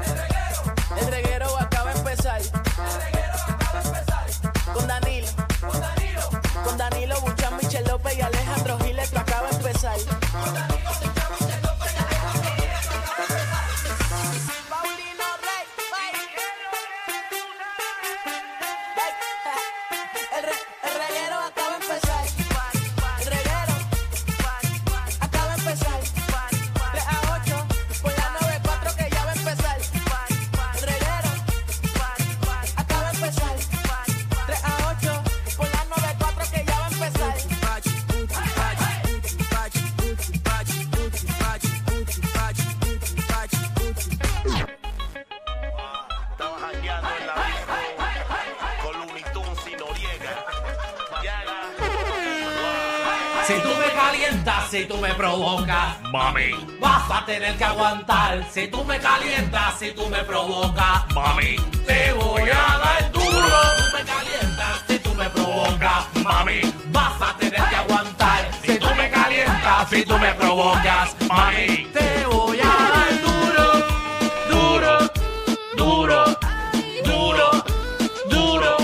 El reguero. El reguero acaba de empezar. El reguero acaba de empezar. Con Danilo. Con Danilo. Con Danilo Buchan, Michel López y Alejandro Gil, esto acaba de empezar. Paulino Rey, El, re- el reguero acaba de empezar. El reguero acaba de empezar. 3 a 8 por la 94 que ya va a empezar. El reguero acaba de empezar. 3 a 8 por la 94 que ya va a empezar. Estaban jangueando en la disco con Looney Tunes y Noriega. Llaga. Si tú me calientas, si tú me provocas, Mami, vas a tener que aguantar. Si tú me calientas, si tú me provocas, mami, te voy a dar duro. Tú me calientas, si tú me provocas, mami, vas a tener que aguantar. Si tú me calientas, si tú me provocas, mami. te voy a dar duro, duro, duro, duro, duro,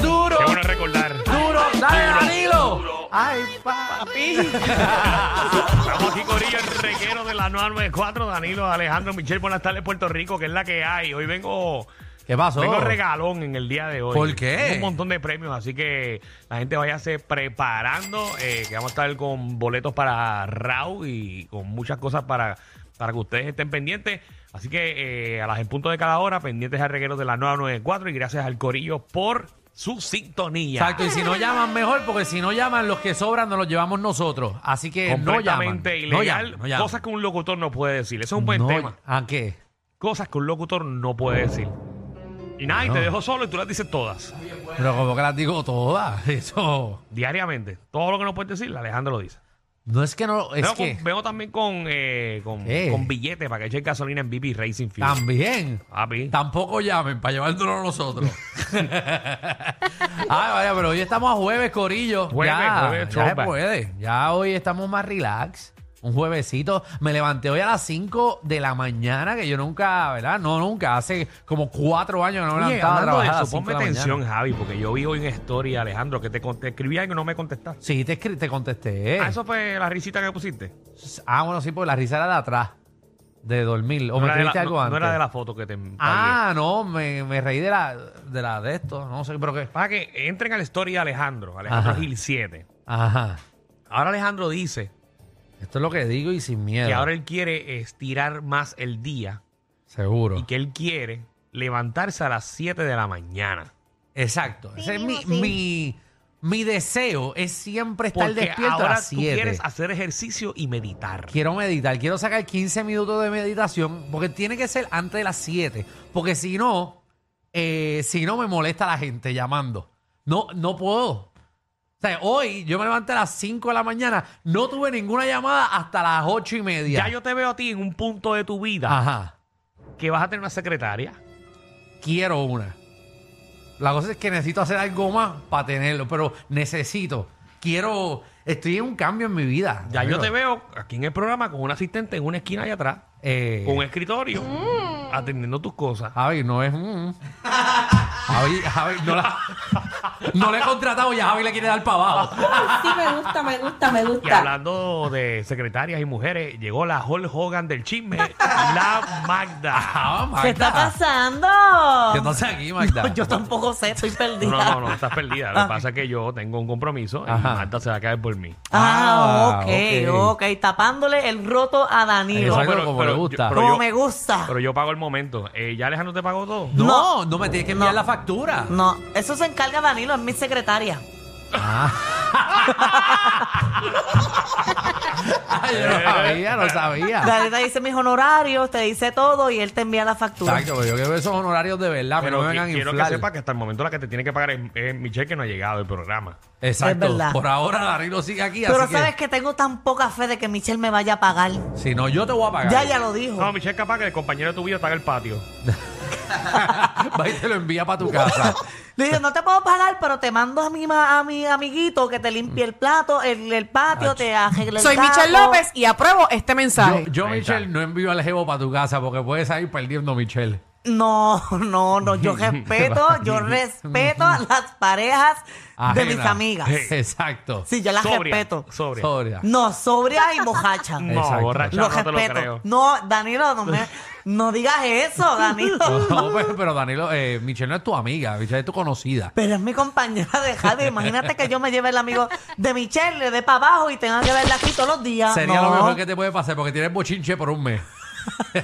duro. Qué bueno recordar. Duro, dale, Danilo. Ay, papi. Estamos aquí Corillo, el reguero de la 994, Danilo, Alejandro, Michelle, buenas tardes, Puerto Rico, que es la que hay. Hoy vengo, ¿Qué pasó? vengo regalón en el día de hoy. ¿Por qué? Tengo un montón de premios, así que la gente váyase preparando, eh, que vamos a estar con boletos para Raw y con muchas cosas para, para que ustedes estén pendientes. Así que eh, a las en punto de cada hora, pendientes al reguero de la 994 y gracias al Corillo por su sintonía. Exacto, y si no llaman, mejor, porque si no llaman, los que sobran nos los llevamos nosotros. Así que no llaman. completamente no ilegal. llaman, no llaman. Cosas que un locutor no puede decir. Eso es un buen No- tema. ¿A qué? Cosas que un locutor no puede decir. Y nada, y te dejo solo y tú las dices todas. Pero como que las digo todas, eso... Diariamente. Todo lo que no puedes decir, Alejandro lo dice. No es que no... Es Vengo, que... con- vengo también con, eh, con, ¿Qué? con billetes para que eche gasolina en BP Racing Fuel. También. Papi. Tampoco llamen para llevárnoslo nosotros. Ay, vaya, pero hoy estamos a jueves, Corillo. Jueves, ya, jueves, ya se throwback. puede. Ya hoy estamos más relax. Un juevesito. Me levanté hoy a las 5 de la mañana, que yo nunca, ¿verdad? No, nunca. Hace como cuatro años que no me Oye, levantaba a hablando de trabajar a las eso, 5 ponme de la mañana. atención, Javi, porque yo vi hoy en historia, Alejandro, que te conté, escribí algo y no me contestaste. Sí, te, escri- te contesté. Ah, eso fue la risita que pusiste. Ah, bueno, sí, porque la risa era de atrás, de dormir. ¿O No me era de escribiste la- algo no- antes? No era de la foto que te envié. Ah, no, me, me reí de la, de la de esto. No sé, pero qué. Para que entren a la historia de Alejandro, Alejandro Ajá. Gil 7. Ajá. Ahora Alejandro dice Esto es lo que digo y sin miedo. que ahora él quiere estirar más el día Seguro. y que él quiere levantarse a las 7 de la mañana. Exacto. Ese es mi, mi, mi deseo es siempre estar Porque despierto a ahora las tú 7. quieres hacer ejercicio y meditar. Quiero meditar, quiero sacar 15 minutos de meditación, porque tiene que ser antes de las 7. Porque si no, eh, si no me molesta la gente llamando. No, no puedo. O sea, hoy yo me levanté a las 5 de la mañana, no tuve ninguna llamada hasta las 8 y media. Ya yo te veo a ti en un punto de tu vida Ajá. que vas a tener una secretaria. quiero una. La cosa es que necesito hacer algo más para tenerlo, pero necesito, quiero, estoy en un cambio en mi vida. Ya yo Pero, te veo aquí en el programa con un asistente en una esquina allá atrás, eh, Ah. con un escritorio, atendiendo tus cosas. Javi, no es... mm. Javi, Javi, no, la- no le he contratado y a Javi le quiere dar para abajo. Sí, me gusta, me gusta, me Y gusta. hablando de secretarias y mujeres, llegó la Hulk Hogan del chisme, la Magda. Ah, ¿Qué está Magda. pasando? Yo no sé aquí, Magda. Yo tampoco sé, estoy perdida. No, no, no, estás perdida. Lo que pasa es que yo tengo un compromiso y Ajá. Magda se va a caer por mí. Ah, Ah, ok, ok. ok. Tapándole el roto a Danilo. Exacto, No, pero- como pero le gusta. yo- pero Como yo- me gusta. Pero yo pago el momento. Eh, ¿Ya Alejandro te pagó todo? no, no, No. me tienes que enviar No. la factura. No, eso se encarga Danilo, es mi secretaria. Ay, yo no sabía, no Ah. sabía. Danilo te dice mis honorarios, te dice todo y él te envía la factura. Exacto, pero yo quiero esos honorarios de verdad, Ah, pero Pero qui- no me vengan a quiero que inflar. sepas que hasta el momento la que te tiene que pagar es, es Michelle, que no ha llegado el programa. Exacto. Es verdad. Por ahora Danilo sigue aquí, Pero así sabes que que... tengo tan poca fe de que Michelle me vaya a pagar. si no yo te voy a pagar. Ya, ya lo dijo. No, Michelle, capaz que el compañero de tu vida está en el patio. Va y te lo envía para tu casa. Le dije, no te puedo pagar, pero te mando a mi, ma- a mi amiguito que te limpie el plato, el, el patio, te arregle el Soy taco". Michelle López y apruebo este yo, mensaje. yo, Ahí Michelle, está. no envío al jevo para tu casa porque puedes salir perdiendo, Michelle. No, no, no, yo respeto, yo respeto a las parejas de mis Ajena. amigas. Sí. Exacto. Sí, yo las Sobria, respeto. sobria. Sobria. No, sobria y mojacha. No, Exacto. borracha, Lo no te lo creo. respeto. No, Danilo, no me- no digas eso, Danilo. No, pero, pero Danilo, eh, Michelle no es tu amiga, Michelle es tu conocida. Pero es mi compañera de Javi. Imagínate que yo me lleve el amigo de Michelle, le dé para abajo y tenga que verla aquí todos los días. Sería Ah, No. lo mejor que te puede pasar porque tienes bochinche por un mes.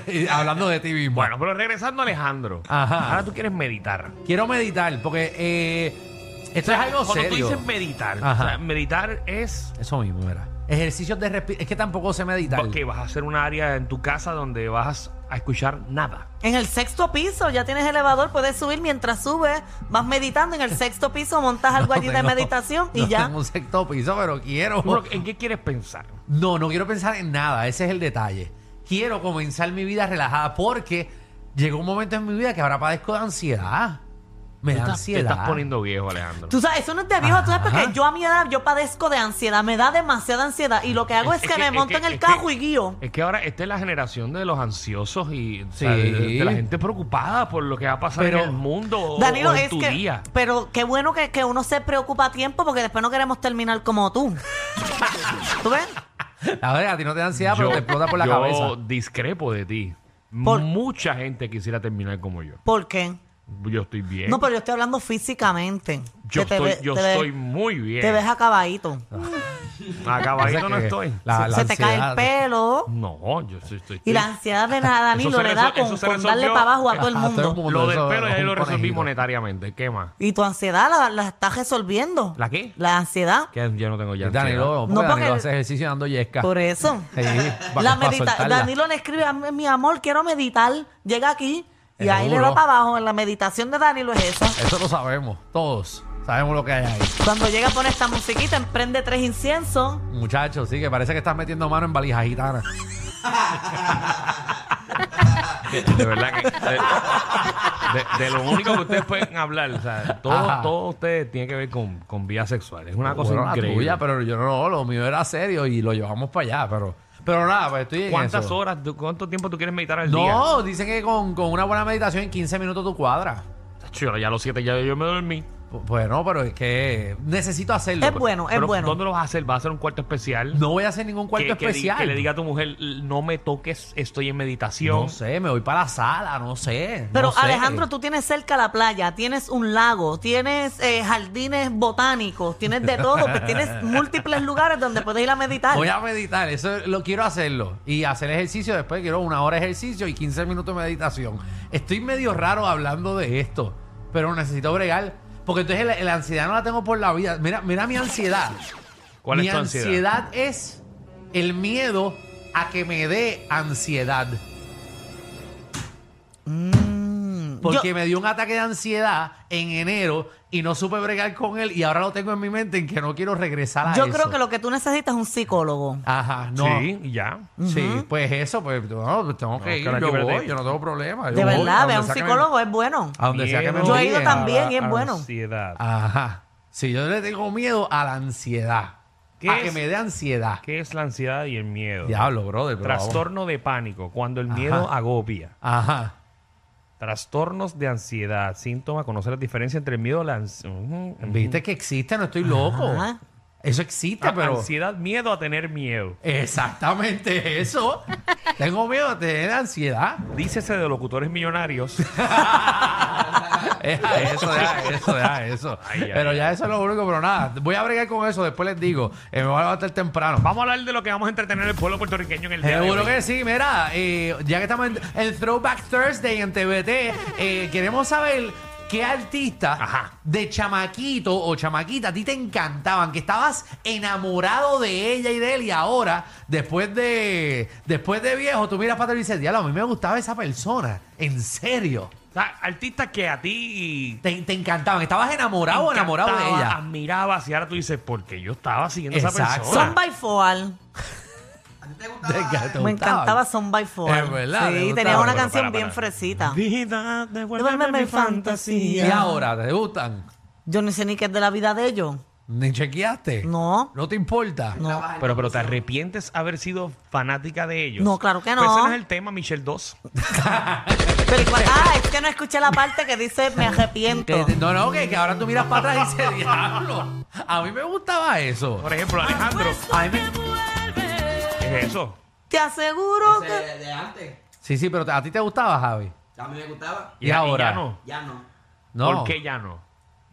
Y Hablando de ti mismo. Bueno, pero regresando a Alejandro. Ajá. Ahora tú quieres meditar. Quiero meditar porque eh, esto es algo Cuando tú serio. dices meditar, Ajá. o sea, meditar es Eso mismo, mira. Ejercicios de respiración. Es que tampoco sé meditar. que vas a hacer un área en tu casa donde vas a escuchar nada. En el sexto piso, ya tienes elevador, puedes subir mientras subes, vas meditando en el sexto piso, montas algo allí No de tengo- meditación y no ya. eh. Tengo un sexto piso, pero quiero. Tú, ¿En qué quieres pensar? No, no quiero pensar en nada, ese es el detalle. Quiero comenzar mi vida relajada porque llegó un momento en mi vida que ahora padezco de ansiedad. Me Te da estás- Te ansiedad. estás poniendo viejo, Alejandro. Tú sabes, eso no es de viejo, tú sabes, Ajá. porque yo a mi edad, yo padezco de ansiedad, me da demasiada ansiedad y lo que hago es, que, me monto en el es carro que- y guío. Es que ahora esta es la generación de los ansiosos y o sea, Sí. de, de la gente preocupada por lo que va a pasar Pero, en el mundo o- Danilo, o en es tu que, día. pero qué bueno que, que uno se preocupa a tiempo porque después no queremos terminar como tú. ¿Tú ves? A ver, a ti no te da ansiedad, pero te explota por la yo cabeza. discrepo de ti. ¿Por? Mucha gente quisiera terminar como yo. ¿Por qué? Yo estoy bien. No, pero yo estoy hablando físicamente. ¿Eh? yo Que te estoy, ve- yo te ve- estoy muy bien. Te ves acabadito. Acabadito no Que estoy. la- se, la se te cae ansiedad- el pelo. No, yo estoy. estoy- Y la ansiedad de Eso nada, Danilo se le resol- da eso con, se con darle resolvió. para abajo a todo el A todo el mundo. mundo. Lo del Ah, eso pelo es ya un lo resolví conejito. monetariamente. ¿Qué más? Y tu ansiedad la, la estás resolviendo. ¿La qué? La ansiedad. Que yo no tengo ya. ansiedad. Danilo, No, porque Danilo porque- hace ejercicio dando yesca. Por eso. Sí, pa- La pa' medita soltarla. Danilo le escribe, a mí, mi amor, quiero meditar. Llega aquí y ahí le Seguro. va para abajo. La meditación de Danilo es esa. Eso lo sabemos, todos. Sabemos lo que hay ahí. Cuando llega pone esta musiquita, emprende tres inciensos. Muchachos, sí, que parece que estás metiendo mano en valija gitana. De verdad que. De, de- de lo único que ustedes pueden hablar. O sea, todo, Ajá. todo ustedes tiene que ver con, con vía sexual. Es una cosa Bueno, la increíble. tuya, pero yo no, lo mío era serio y lo llevamos para allá, pero... Pero nada, pues estoy en ¿Cuántas eso. horas, tú- cuánto tiempo tú quieres meditar al día? No, dicen que con, con una buena meditación en 15 minutos tu cuadra. Yo ya a los siete ya yo me dormí. P- Pues no, pero es que necesito hacerlo. Es bueno, es Pero, bueno. ¿Dónde lo vas a hacer? ¿Vas a hacer un cuarto especial? No voy a hacer ningún cuarto Que- que di- especial. Que, le diga a tu mujer, no me toques, estoy en meditación. No sé, me voy para la sala, no sé. Pero no sé. Alejandro, tú tienes cerca la playa, tienes un lago, tienes eh, jardines botánicos, tienes de todo, pues, tienes múltiples lugares donde puedes ir a meditar. Voy a meditar, eso lo quiero hacerlo. Y hacer ejercicio, después quiero una hora de ejercicio y 15 minutos de meditación. Estoy medio raro hablando de esto, pero necesito bregar. Porque entonces la, la ansiedad no la tengo por la vida. Mira, mira mi ansiedad. ¿Cuál mi es tu ansiedad? ansiedad? es el miedo a que me dé ansiedad. Porque Mm. Yo- me dio un ataque de ansiedad en enero y no supe bregar con él y ahora lo tengo en mi mente en que no quiero regresar a Yo eso. creo que lo que tú necesitas es un psicólogo. Ajá, no. Sí, y ya. Sí, pues eso, pues no, pues tengo que No, ir, claro, yo que verte. voy, yo no tengo problema. yo de voy a verdad, ve a donde un sea que Ah, me- Ah, psicólogo, es bueno. a donde sea que me Miedo Yo he ido envíen. también a y es la bueno. Ansiedad. Ajá. Sí, yo le tengo miedo a la ansiedad. ¿Qué a es? que me dé ansiedad. ¿Qué es la ansiedad y el miedo? Diablo, brother. pero vamos. Trastorno de pánico, cuando el miedo agobia. Ajá. Trastornos de ansiedad, síntomas, conocer la diferencia entre el miedo, la ansiedad. Viste que existe, no estoy loco. Ajá. Eso existe, pero. Ansiedad, miedo a tener miedo. Exactamente eso. Tengo miedo de tener ansiedad. Dícese de locutores millonarios. Deja eso, deja eso, deja eso. Ay, ay, pero ay. ya eso es lo único, pero nada. Voy a bregar con eso, después les digo. Eh, me voy a levantar temprano. Vamos a hablar de lo que vamos a entretener el pueblo puertorriqueño en el día de Seguro hoy. que sí, mira, eh, ya que estamos en, en Throwback Thursday en TBT, eh, queremos saber qué artista Ajá. de chamaquito o chamaquita a ti te encantaban, que estabas enamorado de ella y de él y ahora, después de después de viejo, tú miras para atrás y dices, diablo, a mí me gustaba esa persona, en serio. O sea, artistas que a ti Te, te encantaban, estabas enamorado o enamorado de encantaba, ella. admirabas y ahora tú dices, porque yo estaba siguiendo a esa Exacto. persona. Son by Foal. Te- te Me gustaba. encantaba Son by Foal. Es verdad, le Sí, gustaba. tenía una Pero canción para, para. bien fresita. Vida, Devuélveme mi ¿Y fantasía. ahora? ¿Te gustan? Yo no sé ni qué es de la vida de ellos. ¿Ni chequeaste? No. ¿No te importa? No. Pero, pero te arrepientes haber sido fanática de ellos. No, claro que no. Pues ese no es el tema, Michelle 2. Pero igual- ah, es que no escuché la parte que dice me arrepiento. Que- no, no, que, que ahora tú miras para atrás y dices, diablo, a mí me gustaba eso. Por ejemplo, Alejandro. A mí me- ¿Qué es eso? Te aseguro que. de, de antes. Sí, sí, pero te- a ti te gustaba, Javi. A mí me gustaba. ¿Y ahora? ya no? Ya no. No. ¿Por qué ya no?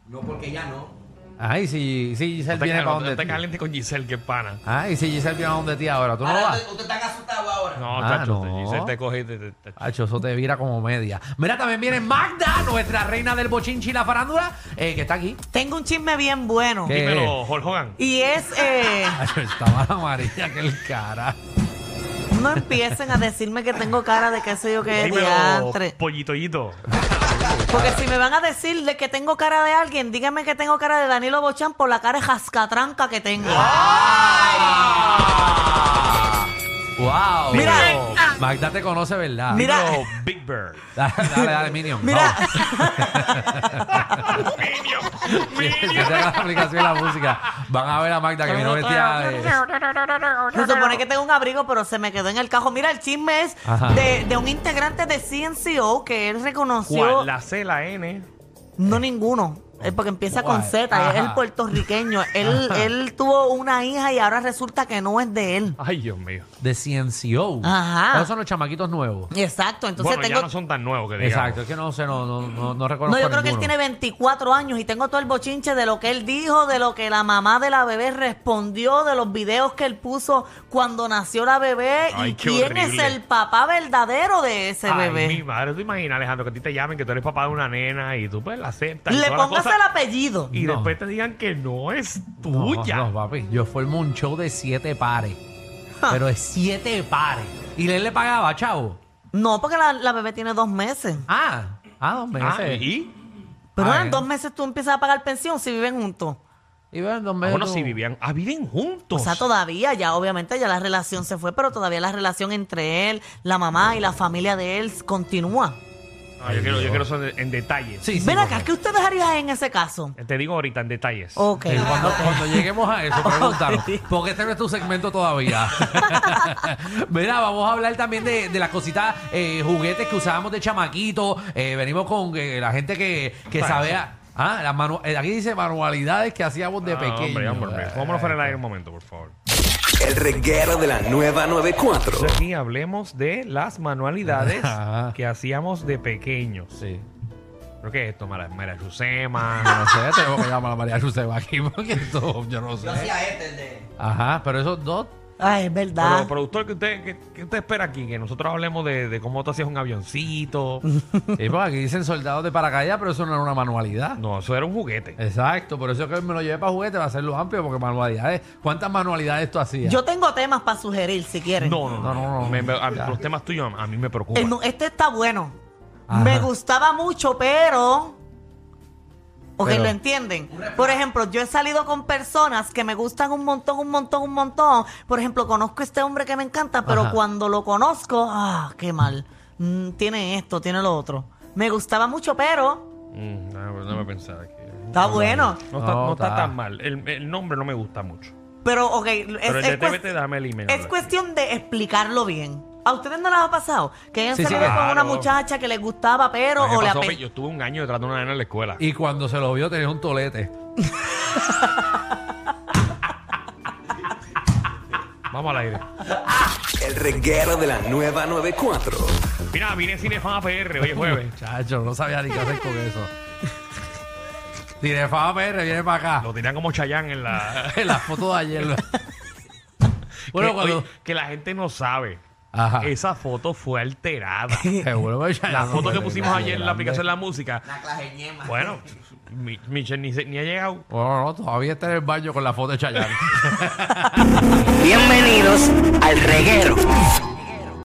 No porque ya no. Ay, si, si Giselle No te viene cal- no para donde te ti. calientes con Giselle, que es pana. Ay, si Giselle viene a donde ti ahora, tú no Ahora vas. usted, usted está asustado ahora. No, Ah, chacho, no. Eh. Giselle te coge y te- te- te- Hacho, eso te vira como media. Mira, también viene Magda, nuestra reina del bochinchi y la farándula, eh, que está aquí. Tengo un chisme bien bueno. ¿Qué? Dímelo, Hulk Hogan. Y es. eh, Hacho, estaba la amarilla que el cara. no empiecen a decirme que tengo cara de qué sé yo qué Dímelo, Eh, diantre. pollito Yito. Porque si me van a decir de que tengo cara de alguien, díganme que tengo cara de Danilo Bochan por la cara de jascatranca que tengo. ¡Ah! ¡Wow! Mira. Magda te conoce, ¿verdad? Mira. Dímelo, Big Bird. Dale, dale, dale, Minion. Mira, vamos. Sí, que tenga la aplicación y la música. Van a ver a Magda que vino vestida de... se supone que tengo un abrigo, pero se me quedó en el cajo. Mira, el chisme es Ajá. de, de un integrante de CNCO que él reconoció. ¿Cuál? La C, la N. No ninguno. eh, Porque empieza con ¿Cuál? Z, es Ajá. el puertorriqueño. Él, él tuvo una hija y ahora resulta que no es de él. Ay, Dios mío. De CNCO. Ajá. Esos son los chamaquitos nuevos. Exacto, entonces Bueno, ya tengo... no son tan nuevos que digamos. Exacto, es que no sé, no, no, no, no reconozco No, yo creo que él ninguno. tiene 24 años y tengo todo el bochinche de lo que él dijo, de lo que la mamá de la bebé respondió, de los videos que él puso cuando nació la bebé Ay, y qué quién horrible. es el papá verdadero de ese Ay, mi bebé. madre, tú imaginas, Alejandro, que a ti te llamen que tú eres papá de una nena y tú pues la aceptas. y Le toda la pongas cosa, el apellido. Y No. después te digan que no es No, tuya. No, papi. Yo formo un show de siete pares. Pero de siete pares. Y él le pagaba, chavo. No, porque la, la bebé tiene dos meses. Ah, ah, dos meses. Ah, ¿y? Pero Ah, en eh. dos meses tú empiezas a pagar pensión si viven juntos. Y bueno, dos Ah, meses. bueno, tú- si vivían, ah, viven juntos. O sea, todavía, ya obviamente ya la relación se fue, pero todavía la relación entre él, la mamá y la familia de él continúa. No, yo, quiero, yo quiero eso en, en detalles. Sí, sí. Ven papá. acá, ¿qué ustedes harían en ese caso? Te digo ahorita en detalles. Ok. Sí, Eh, cuando, cuando lleguemos a eso, pregúntanos. Ok. Porque este no es tu segmento todavía. Mira, vamos a hablar también de, de las cositas, eh, juguetes que usábamos de chamaquito. Eh, venimos con eh, la gente que, que Para sabía. Ah, las manu- eh, aquí dice manualidades que hacíamos de Ah, pequeño. Eh, Hombre, ya, por mí. Vámonos fuera del aire un momento, por favor. El reguero de la nueva 94. Entonces, aquí hablemos de las manualidades Ajá. que hacíamos de pequeños. Sí. Creo que es esto, Mara, Mara Yusema. No sé, tenemos que llamar a María Ruseva aquí porque esto, yo no sé. Yo hacía este, el de. Ajá, pero esos dos. Ay, es Pero, verdad. productor, ¿qué usted, qué, qué usted espera aquí? Que nosotros hablemos de, de cómo tú hacías un avioncito. Sí, pues aquí dicen soldados de paracaídas, pero eso no era una manualidad. no, eso era un juguete. Exacto, por eso es que me lo llevé para juguete, va a hacerlo amplio, porque manualidades. ¿Cuántas manualidades tú hacías? Yo tengo temas para sugerir, si quieren. No, no, no. No, no, no. Me- me- a- los temas tuyos a mí me El preocupan. nu- este está bueno. Ajá. Me gustaba mucho, pero... Ok, Pero- lo entienden. Por ejemplo, yo he salido con personas que me gustan un montón, un montón, un montón. Por ejemplo, conozco a este hombre que me encanta, pero Ajá. cuando lo conozco, ah, qué mal. Mm, tiene esto, tiene lo otro. Me gustaba mucho, pero... Mm, no, no me pensaba que. Está bueno. No, está, No, no está está. tan mal. El, el nombre no me gusta mucho. Pero, ok, es, Pero el de es cuest- TVT, dame el email. es cuestión de explicarlo bien. ¿A ustedes no les ha pasado? Que hayan Sí, sí, salido con una claro. muchacha que les gustaba, pero A mí me o le pasó ape- pues, que yo estuve un año detrás de una nena en la escuela. Y cuando se lo vio tenía un tolete. Vamos al aire. El reguero de la nueva 94. Mira, vine Cinefama PR hoy es jueves. Chacho, no sabía ni qué hacer con eso. Cinefama PR viene para acá. Lo tenían como Chayán en la. En la foto de ayer. bueno, que, cuando. oye, que la gente no sabe. Ajá. Esa foto fue alterada. Seguro que ya la no foto que puede pusimos ser ayer en la grande. aplicación de la música. La clase ñema. Bueno, mi- Michelle ni, se- ni ha llegado. Bueno, no, todavía está en el baño con la foto de Chayanne. Bienvenidos al reguero.